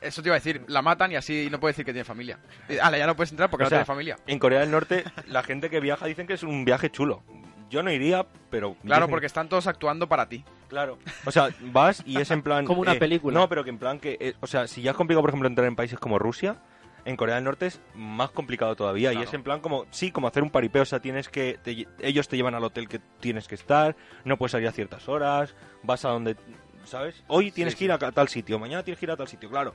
A: Eso te iba a decir, la matan y así no puede decir que tiene familia. Y, ala, ya no puedes entrar porque
B: O
A: no
B: sea,
A: tiene familia.
B: En Corea del Norte la gente que viaja dicen que es un viaje chulo. Yo no iría, pero...
A: Claro,
B: dicen-
A: porque están todos actuando para ti.
B: Claro. O sea, vas y es en plan. eh,
C: Como una película.
B: No, pero que en plan que. eh, o sea, si ya es complicado, por ejemplo, entrar en países como Rusia, en Corea del Norte es más complicado todavía. Y
A: Claro.
B: es en plan como. Sí, como hacer un paripeo. O sea, tienes que. te lle- ellos te llevan al hotel que tienes que estar. No puedes salir a ciertas horas. Vas a donde. ¿Sabes? Hoy tienes
A: Sí,
B: que ir a ca- tal sitio. Mañana tienes que ir a tal sitio. Claro.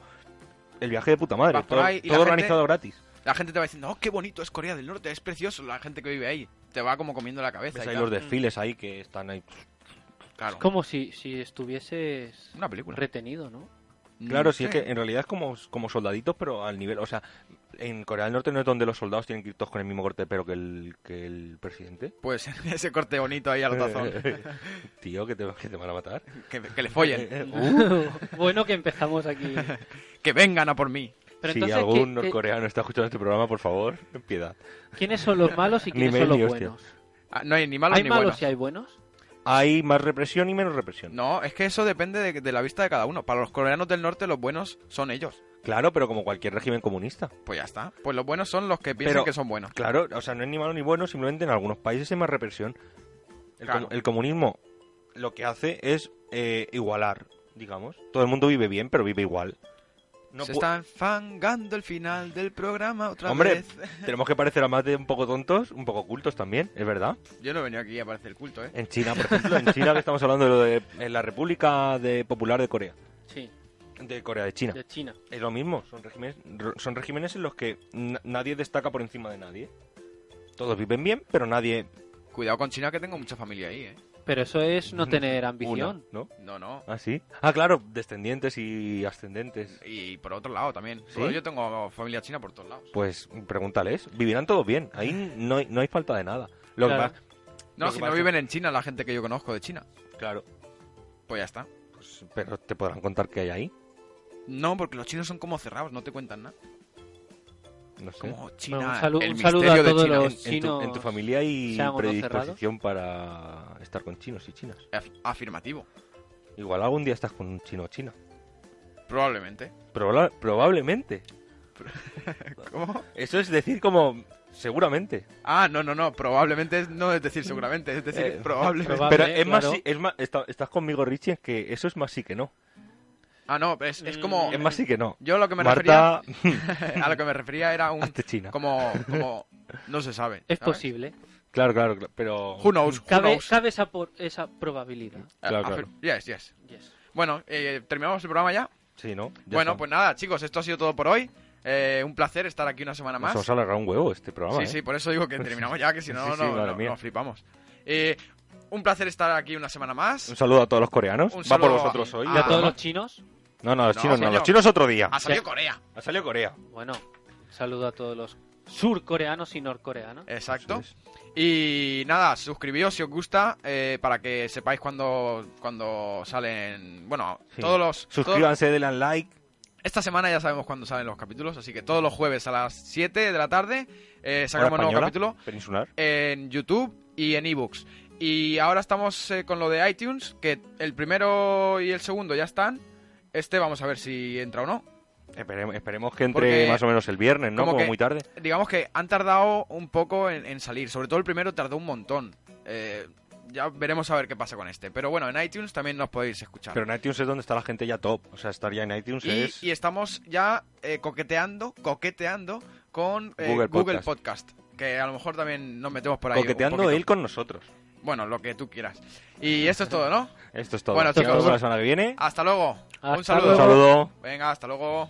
B: El viaje de puta madre.
A: Vas por
B: Todo,
A: ahí y la
B: todo
A: gente-
B: organizado gratis.
A: La gente te va diciendo, oh, qué bonito es Corea del Norte, es precioso la gente que vive ahí. te va como comiendo la cabeza.
B: Ves
A: y
B: ahí
A: tal.
B: los desfiles ahí que están ahí.
A: Claro.
C: Como si, si estuvieses
A: Una película. Mm.
C: retenido, ¿no?
B: Claro,
A: No
B: sí, es
A: sé.
B: que en realidad es como, como soldaditos, pero al nivel. O sea, en Corea del Norte no es donde los soldados tienen que ir todos con el mismo corte de pelo que el, que el presidente.
A: Pues ese corte bonito ahí al tazón.
B: Tío, que te, que te van a matar.
A: que, que le
B: Eh,
A: follen.
C: Uh, bueno que empezamos aquí.
A: Que vengan a por mí.
C: Pero
B: si
C: entonces,
B: algún
C: ¿qué- qué-
B: norcoreano está escuchando este programa, por favor, piedad.
C: ¿quiénes son los malos
B: Ni
C: y quiénes
B: me-
C: son los
B: ni hostia.
C: buenos?
A: Ah, no hay ni malos
C: ¿Hay
A: ni
C: malos
A: buenos.
C: y hay buenos?
B: Hay más represión y menos represión.
A: No, es que eso depende de, de la vista de cada uno. Para los coreanos del norte, los buenos son ellos.
B: Claro, pero como cualquier régimen comunista.
A: Pues ya está. Pues los buenos son los que piensan
B: Pero-
A: que son buenos.
B: Claro, o sea, no es ni malo ni bueno, simplemente en algunos países hay más represión. El,
A: Claro.
B: com- el comunismo lo que hace es eh, igualar, digamos. Todo el mundo vive bien, pero vive igual. No
A: Se
B: pu-
A: está enfangando el final del programa otra
B: Hombre,
A: vez.
B: tenemos que parecer a más de un poco tontos, un poco cultos también, es verdad.
A: Yo no he venido aquí a parecer culto, ¿eh?
B: En China, por ejemplo, en China que estamos hablando de, lo de en la República de Popular de Corea,
C: Sí,
B: de Corea de China.
C: de China.
B: Es lo mismo, son regímenes, r- son regímenes en los que n- nadie destaca por encima de nadie. Todos viven bien, pero nadie
A: Cuidado con China, que tengo mucha familia ahí, ¿eh?
C: Pero eso es no tener ambición.
B: una, ¿no?
A: No, no.
B: Ah, sí. Ah, claro, descendientes y ascendentes.
A: Y por otro lado también.
B: ¿Sí?
A: Yo tengo familia china por todos lados.
B: Pues pregúntales, vivirán todos bien. Ahí no hay, no hay falta de nada. Lo
C: Claro.
B: que pasa-
A: No,
B: lo que
A: si
B: pasa
A: no
B: es-
A: viven en China la gente que yo conozco de China.
B: Claro,
A: Pues ya está.
B: pues, pero te podrán contar qué hay ahí.
A: No, porque los chinos son como cerrados, no te cuentan nada.
B: No sé.
A: Como China,
C: Bueno, un salu-
A: el
C: un saludo
A: misterio
C: a
A: de
C: todos
A: China.
C: los-
B: en, en tu, en tu
C: chinos
B: familia hay
C: sean o no
B: predisposición para estar con chinos y chinas.
A: Af- afirmativo,
B: Igual algún día estás con un chino o china.
A: probablemente.
B: Proba- probablemente.
A: ¿Cómo?
B: Eso es decir como seguramente.
A: Ah, no, no, no, probablemente es- no es decir seguramente, es decir
B: Eh,
A: probablemente.
C: proba-
B: Pero
C: Probable,
B: es más,
C: claro.
B: sí- es más está- estás conmigo Richie, es que eso es más sí que no.
A: Ah, no, es, es como...
B: Mm, Es más sí que no.
A: Yo lo que me
B: Marta,
A: refería... a lo que me refería era un...
B: hazte china.
A: Como... como no se sabe.
C: Es
A: ¿sabes?
C: posible.
B: Claro, claro, claro, pero
A: Who knows, who
C: Cabe,
A: knows.
C: cabe esa, por- esa probabilidad.
A: Eh,
B: Claro,
A: afir-
B: claro.
A: Yes, yes.
C: Yes.
A: Bueno, eh, ¿terminamos el programa ya?
B: sí, ¿no? Ya
A: bueno,
B: está.
A: pues nada, chicos, esto ha sido todo por hoy. Eh, un placer estar aquí una semana
B: Nos
A: más.
B: vamos a alargar un huevo este programa.
A: Sí,
B: ¿eh?
A: sí, por eso digo que terminamos ya, que si no,
B: Sí, sí,
A: no-
B: madre
A: no-
B: mía.
A: nos flipamos. Eh, un placer estar aquí una semana más.
B: Un saludo a todos los coreanos.
A: Un
B: Va por
A: saludo
B: vosotros
A: a-
B: hoy.
C: ¿Y a
A: Ah,
C: todos
A: no.
C: los chinos?
B: No, no, los
A: No, Ah.
B: chinos no,
A: coño.
B: los chinos otro día.
A: Ha salido Corea.
B: Ha salido Corea.
C: Bueno, saludo a todos los surcoreanos y norcoreanos.
A: Exacto.
B: Eso
A: Y nada, suscribíos si os gusta eh, para que sepáis cuando, cuando salen. Bueno,
B: Sí.
A: todos los. todos-
B: Suscríbanse, denle al like.
A: esta semana ya sabemos cuándo salen los capítulos, así que todos los jueves a las 7 de la tarde eh,
B: Hora
A: sacamos un nuevo
B: española,
A: capítulo
B: Peninsular.
A: en YouTube y en ebooks. Y ahora estamos eh, con lo de iTunes, que el primero y el segundo ya están. Este vamos a ver si entra o no.
B: Esperemos, esperemos que entre
A: Porque-
B: más o menos el viernes, ¿no?
A: como
B: Como
A: que-
B: muy tarde.
A: digamos que han tardado un poco en, en salir. Sobre todo el primero tardó un montón. Eh, ya veremos a ver qué pasa con este. Pero bueno, en iTunes también nos podéis escuchar.
B: Pero en iTunes es donde está la gente ya top. O sea, estar ya en iTunes
A: y,
B: es.
A: y estamos ya eh, coqueteando, coqueteando con eh,
B: Google
A: Google, Podcast. Que a lo mejor también nos metemos por ahí. un
B: coqueteando
A: poquito.
B: él con nosotros.
A: Bueno, lo que tú quieras. Y esto es todo, ¿no?
B: Esto es todo.
A: Bueno,
B: Nos vemos
A: chicos.
B: la semana que viene.
A: Hasta luego.
C: Hasta
A: un saludo.
B: Un saludo.
A: Venga, hasta luego.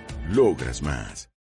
D: logras más.